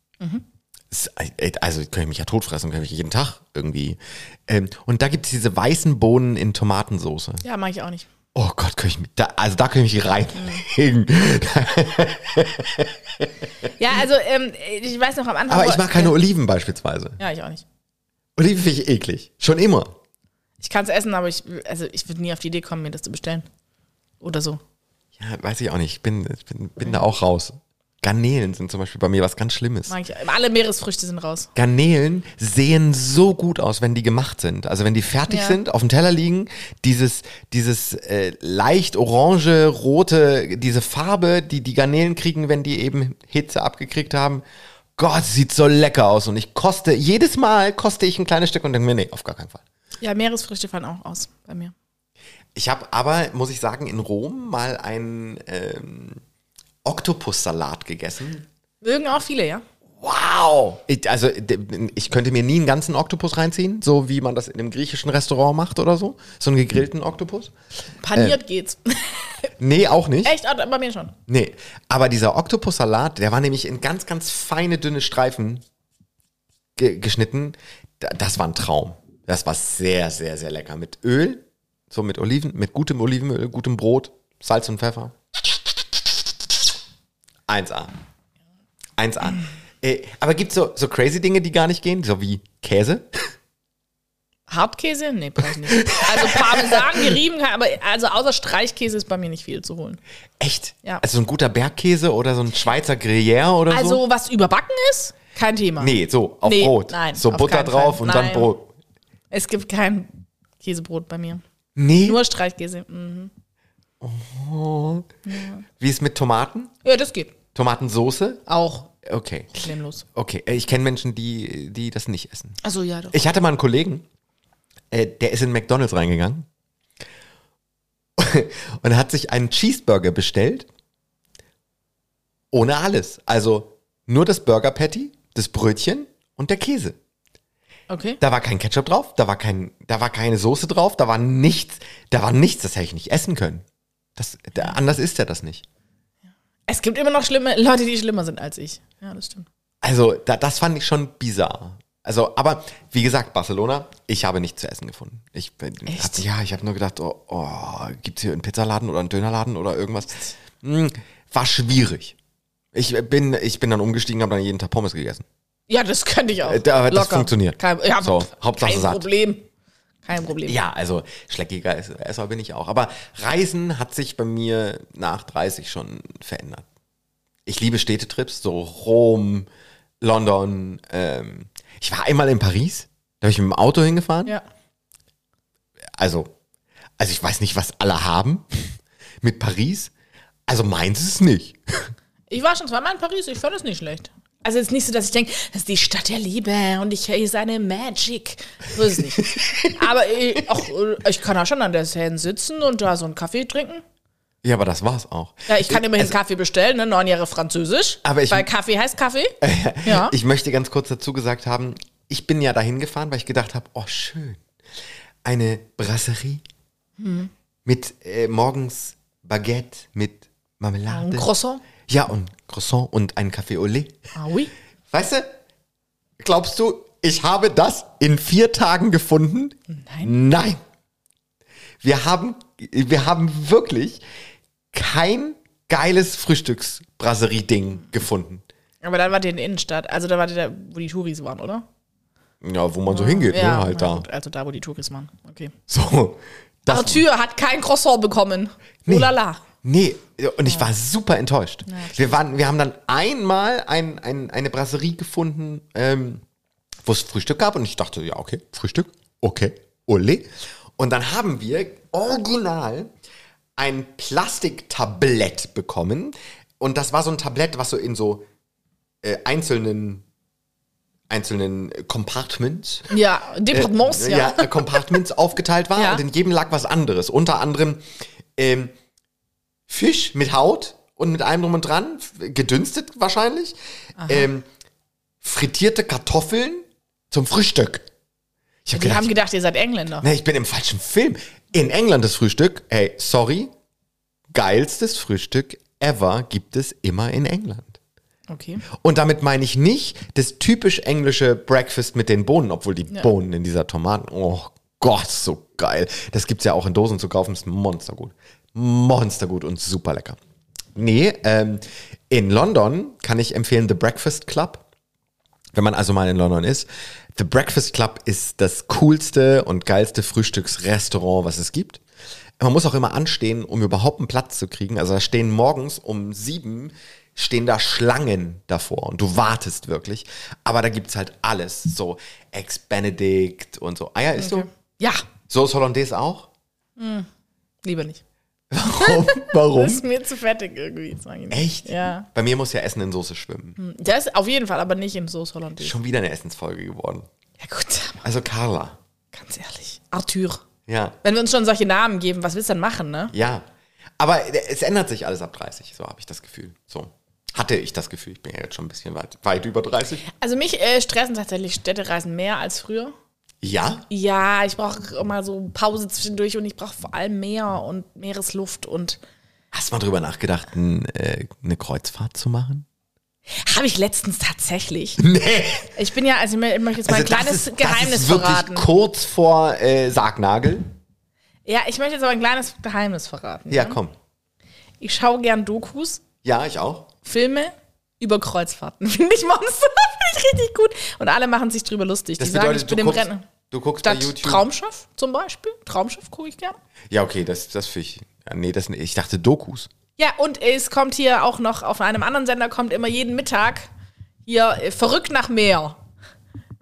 Speaker 3: Ist, äh, also kann ich mich ja totfressen, kann ich jeden Tag irgendwie. Ähm, und da gibt's diese weißen Bohnen in Tomatensoße.
Speaker 4: Ja, mag ich auch nicht.
Speaker 3: Oh Gott, kann ich mich, da, also da kann ich mich reinlegen.
Speaker 4: Ja, also ähm, ich weiß noch am Anfang.
Speaker 3: Hm. Aber ich mag keine
Speaker 4: Ja,
Speaker 3: Oliven beispielsweise.
Speaker 4: ja, ich auch nicht.
Speaker 3: Oliven finde ich eklig. Schon immer.
Speaker 4: Ich kann es essen, aber ich, also ich würde nie auf die Idee kommen, mir das zu bestellen. Oder so.
Speaker 3: Ja, weiß ich auch nicht. Ich bin, ich bin, bin da auch raus. Garnelen sind zum Beispiel bei mir was ganz Schlimmes.
Speaker 4: Mag ich. Alle Meeresfrüchte sind raus.
Speaker 3: Garnelen sehen so gut aus, wenn die gemacht sind. Also wenn die fertig
Speaker 4: Ja.
Speaker 3: sind, auf dem Teller liegen, dieses, dieses äh, leicht orange, rote, diese Farbe, die die Garnelen kriegen, wenn die eben Hitze abgekriegt haben. Gott, sieht so lecker aus. Und ich koste, jedes Mal koste ich ein kleines Stück und denke mir, nee, auf gar keinen Fall.
Speaker 4: Ja, Meeresfrüchte fallen auch aus bei mir.
Speaker 3: Ich habe aber, muss ich sagen, in Rom mal einen ähm, Oktopussalat gegessen.
Speaker 4: Mögen auch viele, ja?
Speaker 3: Wow! Ich, also, d- ich könnte mir nie einen ganzen Oktopus reinziehen, so wie man das in einem griechischen Restaurant macht oder so. So einen gegrillten Oktopus.
Speaker 4: Paniert
Speaker 3: Äh.
Speaker 4: geht's.
Speaker 3: Nee, auch nicht.
Speaker 4: Echt? Ah, Bei mir schon.
Speaker 3: Nee. Aber dieser Oktopussalat, der war nämlich in ganz, ganz feine, dünne Streifen ge geschnitten. Da- Das war ein Traum. Das war sehr, sehr, sehr lecker. Mit Öl, so mit Oliven, mit gutem Olivenöl, gutem Brot, Salz und Pfeffer. 1A. 1A. Äh, aber gibt's so, so crazy Dinge, die gar nicht gehen? So wie Käse?
Speaker 4: Hartkäse? Nee, brauche ich nicht. Also Parmesan gerieben, kann, aber also außer Streichkäse ist bei mir nicht viel zu holen.
Speaker 3: Echt?
Speaker 4: Ja.
Speaker 3: Also so ein guter Bergkäse oder so ein Schweizer Gruyère oder so?
Speaker 4: Also was überbacken ist? Kein Thema.
Speaker 3: Nee, so auf
Speaker 4: Nee,
Speaker 3: Brot.
Speaker 4: nein,
Speaker 3: so
Speaker 4: auf
Speaker 3: Butter
Speaker 4: keinen
Speaker 3: drauf
Speaker 4: Fall.
Speaker 3: und
Speaker 4: Nein.
Speaker 3: dann Brot.
Speaker 4: Es gibt kein Käsebrot bei mir.
Speaker 3: Nee.
Speaker 4: Nur Streichkäse. Mhm.
Speaker 3: Wie ist mit Tomaten?
Speaker 4: Ja, das geht.
Speaker 3: Tomatensoße?
Speaker 4: Auch.
Speaker 3: Okay.
Speaker 4: Problemlos.
Speaker 3: Okay. Äh, Ich kenne Menschen, die, die das nicht essen.
Speaker 4: Also ja, doch.
Speaker 3: Ich hatte mal einen Kollegen, äh, der ist in McDonalds reingegangen und hat sich einen Cheeseburger bestellt. Ohne alles. Also nur das Burger Patty, das Brötchen und der Käse.
Speaker 4: Okay.
Speaker 3: Da war kein Ketchup drauf, da war, kein, da war keine Soße drauf, da war nichts, da war nichts, das hätte ich nicht essen können. Das, da, anders ist er das nicht.
Speaker 4: Es gibt immer noch schlimme Leute, die schlimmer sind als ich. Ja, das stimmt.
Speaker 3: Also, da, das fand ich schon bizarr. Also, aber wie gesagt, Barcelona, ich habe nichts zu essen gefunden. Ich, bin-
Speaker 4: Echt?
Speaker 3: Hab, ja, ich habe nur gedacht, oh, oh, gibt es hier einen Pizzaladen oder einen Dönerladen oder irgendwas? Hm, war schwierig. Ich bin, ich bin dann umgestiegen, habe dann jeden Tag Pommes gegessen.
Speaker 4: Ja, das könnte ich auch.
Speaker 3: Äh, da- das funktioniert.
Speaker 4: Kein, ja,
Speaker 3: So,
Speaker 4: pff,
Speaker 3: Hauptsache
Speaker 4: kein
Speaker 3: satt.
Speaker 4: Problem. Kein Problem.
Speaker 3: Ja, also schleckiger Ess- Esser bin ich auch. Aber Reisen hat sich bei mir nach 30 schon verändert. Ich liebe Städtetrips, so Rom, London. Ähm. Ich war einmal in Paris, da bin ich mit dem Auto hingefahren.
Speaker 4: Ja.
Speaker 3: Also, also ich weiß nicht, was alle haben mit Paris. Also meins ist es nicht.
Speaker 4: Ich war schon zweimal in Paris, ich fand es nicht schlecht. Also es ist nicht so, dass ich denke, das ist die Stadt der Liebe und ich hier seine Magic. So ist es nicht. Aber ich, auch, äh, ich kann auch schon an der Seine sitzen und da so einen Kaffee trinken.
Speaker 3: Ja, aber das war's auch.
Speaker 4: Ja, ich kann immerhin Kaffee bestellen, ne? neun Jahre Französisch.
Speaker 3: Äh, also Aber ich-
Speaker 4: Weil Kaffee heißt Kaffee. ja.
Speaker 3: Ich möchte ganz kurz dazu gesagt haben, ich bin ja dahin gefahren, weil ich gedacht habe, oh schön, eine Brasserie
Speaker 4: Hm.
Speaker 3: mit äh, morgens Baguette mit Marmelade.
Speaker 4: Ein Croissant.
Speaker 3: Ja, und Croissant und ein Café au lait.
Speaker 4: Ah, oui.
Speaker 3: Weißt du, glaubst du, ich habe das in vier Tagen gefunden?
Speaker 4: Nein.
Speaker 3: Nein. Wir haben, wir haben wirklich kein geiles Frühstücksbrasserie-Ding gefunden.
Speaker 4: Aber dann wart ihr in der Innenstadt. Also da wart ihr da, wo die Touris waren, oder?
Speaker 3: Ja, wo man so hingeht, ne? Halt
Speaker 4: na
Speaker 3: da.
Speaker 4: gut, also da, wo die Touris waren. Okay.
Speaker 3: So. Das,
Speaker 4: Arthur hat kein Croissant bekommen.
Speaker 3: Nee.
Speaker 4: Nee. Ulala.
Speaker 3: Nee, und ich war super enttäuscht. wir, waren, wir haben dann einmal ein, ein, eine Brasserie gefunden, ähm, wo es Frühstück gab und ich dachte, ja, okay, Frühstück, okay, ole. Und dann haben wir original ein Plastiktablett bekommen und das war so ein Tablett, was so in so äh, einzelnen einzelnen äh, Compartments
Speaker 4: Ja, Departements, ja.
Speaker 3: Äh, ja, Compartments aufgeteilt war
Speaker 4: Ja.
Speaker 3: und in jedem lag was anderes. Unter anderem ähm, Fisch mit Haut und mit allem drum und dran, f- gedünstet wahrscheinlich. Ähm, frittierte Kartoffeln zum Frühstück. Ich hab
Speaker 4: Die
Speaker 3: gedacht,
Speaker 4: haben gedacht, ihr seid Engländer.
Speaker 3: ne, ich bin im falschen Film. In England das Frühstück, hey, sorry, geilstes Frühstück ever gibt es immer in England.
Speaker 4: Okay.
Speaker 3: Und damit meine ich nicht das typisch englische Breakfast mit den Bohnen, obwohl die Bohnen in dieser Tomaten, oh Gott, so geil. Das gibt's ja auch in Dosen zu kaufen, ist monstergut. Monstergut und super lecker. Nee, ähm, in London kann ich empfehlen The Breakfast Club. Wenn man also mal in London ist, The Breakfast Club ist das coolste und geilste Frühstücksrestaurant, was es gibt. Man muss auch immer anstehen, um überhaupt einen Platz zu kriegen. Also da stehen morgens um sieben, stehen da Schlangen davor und du wartest wirklich. Aber da gibt's halt alles. So Ex-Benedict und so. Ah Eier ist
Speaker 4: Ja,
Speaker 3: so. So ist Hollandaise auch.
Speaker 4: lieber nicht.
Speaker 3: Warum? Warum?
Speaker 4: Ist mir zu fettig irgendwie. das mag ich nicht.
Speaker 3: Oh. Echt?
Speaker 4: Ja.
Speaker 3: Bei mir muss ja Essen in Soße schwimmen.
Speaker 4: Das auf jeden Fall, aber nicht in Soße Hollandaise.
Speaker 3: Schon wieder eine Essensfolge geworden.
Speaker 4: Ja gut, aber
Speaker 3: Also Carla.
Speaker 4: ganz ehrlich. Arthur.
Speaker 3: Ja.
Speaker 4: Wenn wir uns schon solche Namen geben, was willst du dann machen, ne?
Speaker 3: Ja. Aber es ändert sich alles ab 30, so habe ich das Gefühl. So. Hatte ich das Gefühl, ich bin ja jetzt schon ein bisschen weit, weit über 30.
Speaker 4: Also mich äh, stressen tatsächlich Städtereisen mehr als früher.
Speaker 3: Ja,
Speaker 4: Ja, ich brauche immer so Pause zwischendurch und ich brauche vor allem Meer und Meeresluft und
Speaker 3: hast du mal drüber nachgedacht, n, äh, eine Kreuzfahrt zu machen?
Speaker 4: habe ich letztens tatsächlich.
Speaker 3: Nee.
Speaker 4: Ich bin ja, also ich mö- ich möchte jetzt mal ein kleines Geheimnis
Speaker 3: das ist wirklich
Speaker 4: verraten.
Speaker 3: kurz vor äh, Sargnagel.
Speaker 4: Ja, ich möchte jetzt aber ein kleines Geheimnis verraten.
Speaker 3: Ja,
Speaker 4: ne?
Speaker 3: komm.
Speaker 4: Ich schaue gern Dokus,
Speaker 3: Ja, ich auch.
Speaker 4: Filme über Kreuzfahrten. Finde ich Monster, finde ich richtig gut. Und alle machen sich drüber lustig.
Speaker 3: Das
Speaker 4: Die sagen, ich
Speaker 3: bedeutet,
Speaker 4: bin
Speaker 3: du
Speaker 4: im
Speaker 3: guckst,
Speaker 4: Rennen.
Speaker 3: du guckst bei
Speaker 4: Statt
Speaker 3: YouTube.
Speaker 4: Traumschiff zum Beispiel. Traumschiff gucke ich gerne.
Speaker 3: Ja, okay, das, das finde ich. Ja, nee, das, ich dachte Dokus.
Speaker 4: Ja, und es kommt hier auch noch, auf einem anderen Sender kommt immer jeden Mittag hier äh, verrückt nach Meer.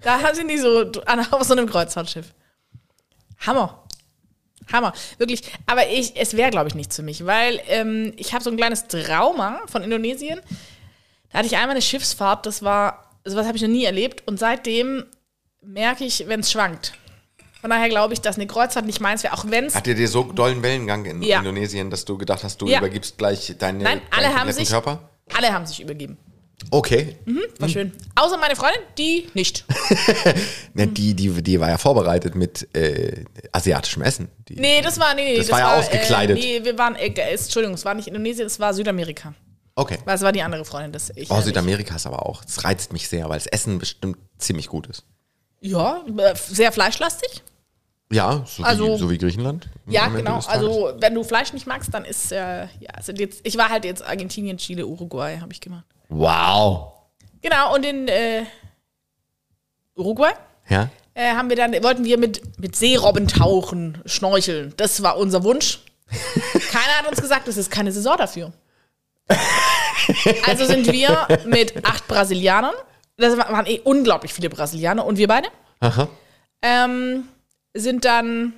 Speaker 4: Da haben sie die so an- auf so einem Kreuzfahrtschiff. Hammer. Hammer, wirklich. Aber ich, es wäre, glaube ich, nichts für mich, weil ähm, ich habe so ein kleines Trauma von Indonesien. Da hatte ich einmal eine Schiffsfahrt, das war, sowas habe ich noch nie erlebt. Und seitdem merke ich, wenn es schwankt. Von daher glaube ich, dass eine Kreuzfahrt nicht meins wäre, auch wenn es
Speaker 3: Hat dir dir so dollen Wellengang in
Speaker 4: Ja.
Speaker 3: Indonesien, dass du gedacht hast, du
Speaker 4: Ja.
Speaker 3: übergibst gleich deine,
Speaker 4: Nein, alle
Speaker 3: deinen
Speaker 4: haben
Speaker 3: kompletten
Speaker 4: sich- Mhm.
Speaker 3: Körper?
Speaker 4: alle haben sich übergeben.
Speaker 3: Okay.
Speaker 4: War
Speaker 3: Hm.
Speaker 4: schön. Außer meine Freundin, die nicht.
Speaker 3: Ne, die, die, die war ja vorbereitet mit äh, asiatischem Essen. Die,
Speaker 4: Nee, das war, nee, nee,
Speaker 3: Das war ja ausgekleidet.
Speaker 4: Äh, nee, wir waren, äh, Entschuldigung, es war nicht Indonesien, es war Südamerika.
Speaker 3: Okay.
Speaker 4: Weil es war die andere Freundin, das ich.
Speaker 3: Oh,
Speaker 4: äh,
Speaker 3: Südamerika ist aber auch. Das reizt mich sehr, weil das Essen bestimmt ziemlich gut ist.
Speaker 4: nicht. Ja, äh, sehr fleischlastig.
Speaker 3: Ja, so,
Speaker 4: Also-
Speaker 3: wie, so wie Griechenland.
Speaker 4: Ja,
Speaker 3: Mhm. am Ende
Speaker 4: genau.
Speaker 3: des Tages.
Speaker 4: Also, wenn du Fleisch nicht magst, dann ist, äh, ja, sind jetzt, ich war halt jetzt Argentinien, Chile, Uruguay, habe ich gemacht.
Speaker 3: Wow.
Speaker 4: Genau, und in äh, Uruguay
Speaker 3: Ja?
Speaker 4: äh, haben wir dann, wollten wir mit, mit Seerobben tauchen, schnorcheln. Das war unser Wunsch. Keiner hat uns gesagt, es ist keine Saison dafür. Also sind wir mit acht Brasilianern, das wa- waren eh unglaublich viele Brasilianer und wir beide,
Speaker 3: Aha.
Speaker 4: ähm, sind dann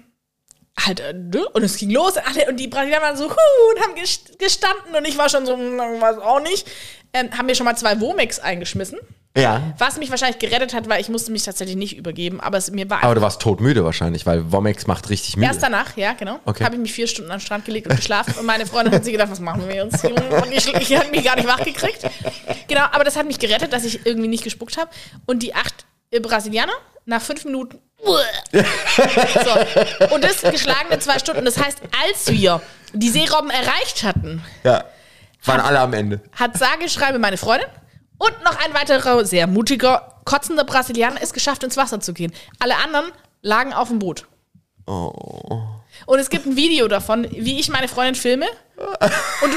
Speaker 4: halt, äh, ne? und es ging los alle, und die Brasilianer waren so, huh, und haben gest- gestanden und ich war schon so, hm, weiß auch nicht, ähm, haben mir schon mal zwei Womex eingeschmissen,
Speaker 3: Ja.
Speaker 4: was mich wahrscheinlich gerettet hat, weil ich musste mich tatsächlich nicht übergeben, aber es, mir war
Speaker 3: Aber du warst todmüde wahrscheinlich, weil Womex macht richtig müde.
Speaker 4: Erst danach, ja, genau.
Speaker 3: Okay.
Speaker 4: Habe ich mich vier Stunden am Strand gelegt und geschlafen. Und meine Freundin hat sich gedacht, was machen wir jetzt? Junge? Und ich, ich habe mich gar nicht wach gekriegt. Genau, aber das hat mich gerettet, dass ich irgendwie nicht gespuckt habe. Und die acht äh, Brasilianer nach fünf Minuten. uah. so. Und das geschlagene zwei Stunden. Das heißt, als wir die Seerobben erreicht hatten,
Speaker 3: ja. Waren alle am Ende.
Speaker 4: hat sage, schreibe meine Freundin und noch ein weiterer sehr mutiger, kotzender Brasilianer es geschafft, ins Wasser zu gehen. Alle anderen lagen auf dem Boot.
Speaker 3: Oh.
Speaker 4: Und es gibt ein Video davon, wie ich meine Freundin filme. Und du,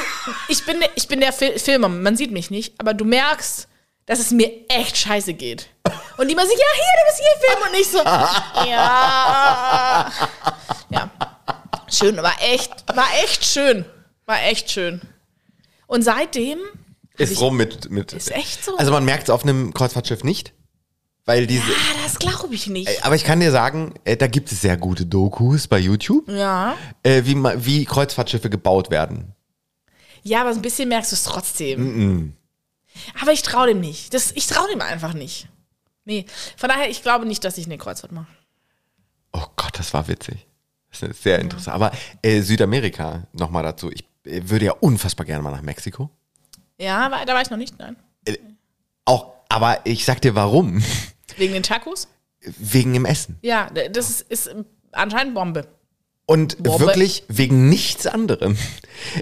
Speaker 4: ich, bin, ich bin der Fil Filmer, man sieht mich nicht, aber du merkst, dass es mir echt scheiße geht. Und die immer so, ja, hier, du bist hier filmen. Und ich so, ja. Ja. Schön, war echt, war echt schön. War echt schön. Und seitdem,
Speaker 3: Ist rum mit, mit.
Speaker 4: Ist echt so.
Speaker 3: Also man merkt es auf einem Kreuzfahrtschiff nicht, weil diese.
Speaker 4: ah, das glaube ich nicht.
Speaker 3: Aber ich kann dir sagen, äh, da gibt es sehr gute Dokus bei
Speaker 4: Mhm.
Speaker 3: YouTube,
Speaker 4: Ja.
Speaker 3: äh, wie, ma- wie Kreuzfahrtschiffe gebaut werden.
Speaker 4: Ja, aber so ein bisschen merkst du es trotzdem. Aber ich traue dem nicht. Das, ich traue dem einfach nicht. Nee. Von daher, ich glaube nicht, dass ich eine Kreuzfahrt mache.
Speaker 3: Oh Gott, das war witzig. Das ist sehr interessant. Aber äh, Südamerika, nochmal dazu. Ich äh, würde ja unfassbar gerne mal nach Mexiko.
Speaker 4: Ja, war, da war ich noch nicht, nein.
Speaker 3: Auch, aber ich sag dir warum.
Speaker 4: Wegen den Tacos?
Speaker 3: Wegen dem Essen.
Speaker 4: Ja, d- das ist, ist anscheinend Bombe.
Speaker 3: Und
Speaker 4: Boah,
Speaker 3: wirklich wegen nichts anderem.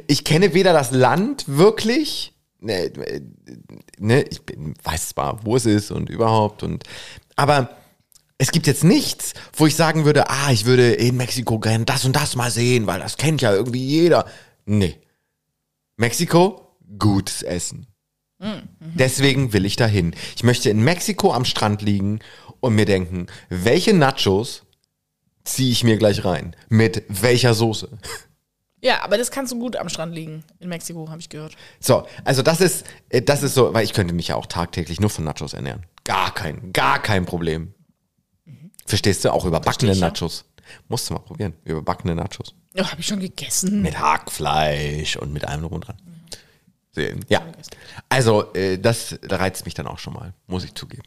Speaker 3: Ich kenne weder das Land wirklich, ne, ne, ich bin, weiß zwar, wo es ist und überhaupt und, aber es gibt jetzt nichts, wo ich sagen würde, ah, ich würde in Mexiko gerne das und das mal sehen, weil das kennt ja irgendwie jeder. Nee. Mexiko, gutes Essen. Deswegen will ich dahin. Ich möchte in Mexiko am Strand liegen und mir denken, welche Nachos ziehe ich mir gleich rein. Mit welcher Soße?
Speaker 4: Ja, aber das kannst du gut am Strand liegen. In Mexiko, habe ich gehört.
Speaker 3: So, also das ist, äh, das ist so, weil ich könnte mich ja auch tagtäglich nur von Nachos ernähren. Gar kein, gar kein Problem. Verstehst du? Auch überbackene
Speaker 4: Versteh ich, ja.
Speaker 3: Nachos. Musst du mal probieren. Überbackene Nachos.
Speaker 4: Ja, habe Oh, ich schon gegessen.
Speaker 3: Mit Hackfleisch und mit allem drum und dran. Sehen. Ja. Also, äh, das reizt mich dann auch schon mal, muss ich zugeben.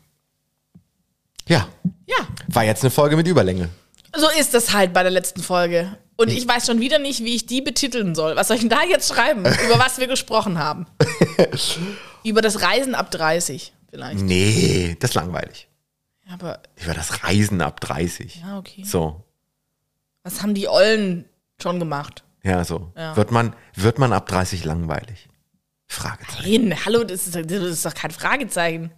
Speaker 3: Ja.
Speaker 4: Ja,
Speaker 3: War jetzt eine Folge mit Überlänge.
Speaker 4: so ist das halt bei der letzten Folge. Und ich weiß schon wieder nicht, wie ich die betiteln soll. Was soll ich denn da jetzt schreiben, über was wir gesprochen haben? über das Reisen ab 30
Speaker 3: Hm.
Speaker 4: vielleicht.
Speaker 3: Nee, das ist langweilig.
Speaker 4: Aber
Speaker 3: Über das Reisen ab 30.
Speaker 4: Ja, Ah, okay.
Speaker 3: So,
Speaker 4: Was haben die Ollen schon gemacht?
Speaker 3: Ja, so.
Speaker 4: Ja.
Speaker 3: Wird, man, wird man ab 30 langweilig? Fragezeichen.
Speaker 4: Nein, hallo, das ist, das ist doch kein Fragezeichen.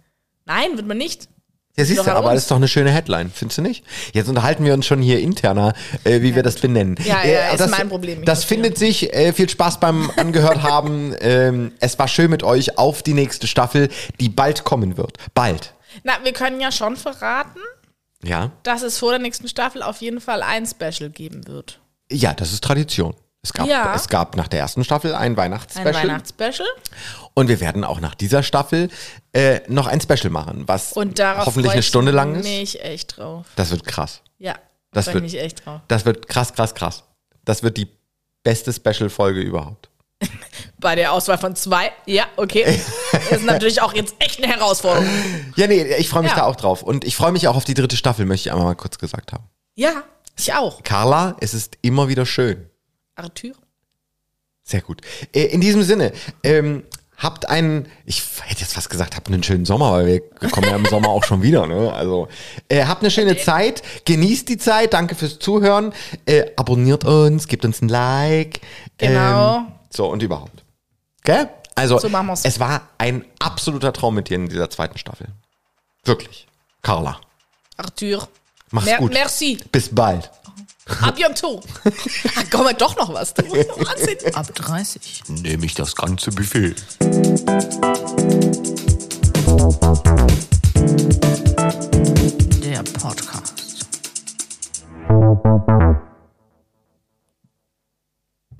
Speaker 4: Nein, wird man nicht.
Speaker 3: Ja, siehst
Speaker 4: doch
Speaker 3: du,
Speaker 4: an
Speaker 3: aber
Speaker 4: uns.
Speaker 3: das ist doch eine schöne Headline, findest du nicht? Jetzt unterhalten wir uns schon hier interner, äh, wie wir das benennen.
Speaker 4: Ja,
Speaker 3: äh,
Speaker 4: ja, ist
Speaker 3: das,
Speaker 4: mein Problem, ich
Speaker 3: Das
Speaker 4: verstehe.
Speaker 3: findet sich. Äh, viel Spaß beim Angehört haben. Ähm, es war schön mit euch auf die nächste Staffel, die bald kommen wird. Bald.
Speaker 4: Na, wir können ja schon verraten,
Speaker 3: Ja?
Speaker 4: dass es vor der nächsten Staffel auf jeden Fall ein Special geben wird.
Speaker 3: Ja, das ist Tradition. Es gab,
Speaker 4: Ja.
Speaker 3: es gab nach der ersten Staffel ein
Speaker 4: Ein
Speaker 3: Weihnachtsspecial.
Speaker 4: Weihnachtsspecial.
Speaker 3: Und wir werden auch nach dieser Staffel äh, noch ein Special machen, was
Speaker 4: Und darauf
Speaker 3: hoffentlich
Speaker 4: freu
Speaker 3: eine
Speaker 4: ich
Speaker 3: Stunde lang ist.
Speaker 4: mich echt drauf.
Speaker 3: Das wird krass.
Speaker 4: Ja,
Speaker 3: Das
Speaker 4: freu ich
Speaker 3: wird-
Speaker 4: mich echt drauf.
Speaker 3: Das wird krass, krass, krass. Das wird die beste Special-Folge überhaupt.
Speaker 4: Bei der Auswahl von zwei, ja, okay. ist natürlich auch jetzt echt eine Herausforderung.
Speaker 3: Ja, nee, ich freue mich
Speaker 4: Ja.
Speaker 3: da auch drauf. Und ich freue mich auch auf die dritte Staffel, möchte ich einmal mal kurz gesagt haben.
Speaker 4: Ja, ich auch.
Speaker 3: Carla, es ist immer wieder schön.
Speaker 4: Arthur.
Speaker 3: Sehr gut. Äh, in diesem Sinne, ähm, habt einen, ich hätte jetzt fast gesagt, habt einen schönen Sommer, weil wir kommen ja im Sommer auch schon wieder, ne? Also, äh, habt eine schöne Zeit, genießt die Zeit, danke fürs Zuhören, äh, abonniert uns, gebt uns ein Like.
Speaker 4: Genau.
Speaker 3: Ähm, so und überhaupt. Gell? Also,
Speaker 4: So machen wir's.
Speaker 3: es war ein absoluter Traum mit dir in dieser zweiten Staffel. Wirklich. Carla,
Speaker 4: Arthur.
Speaker 3: mach's
Speaker 4: Mer-
Speaker 3: gut.
Speaker 4: Merci.
Speaker 3: Bis bald.
Speaker 4: Ab bientôt. Ach, Ah, komm, hat doch noch was. Du musst noch was sehen.
Speaker 1: Ab 30.
Speaker 2: Nehme ich das ganze Buffet.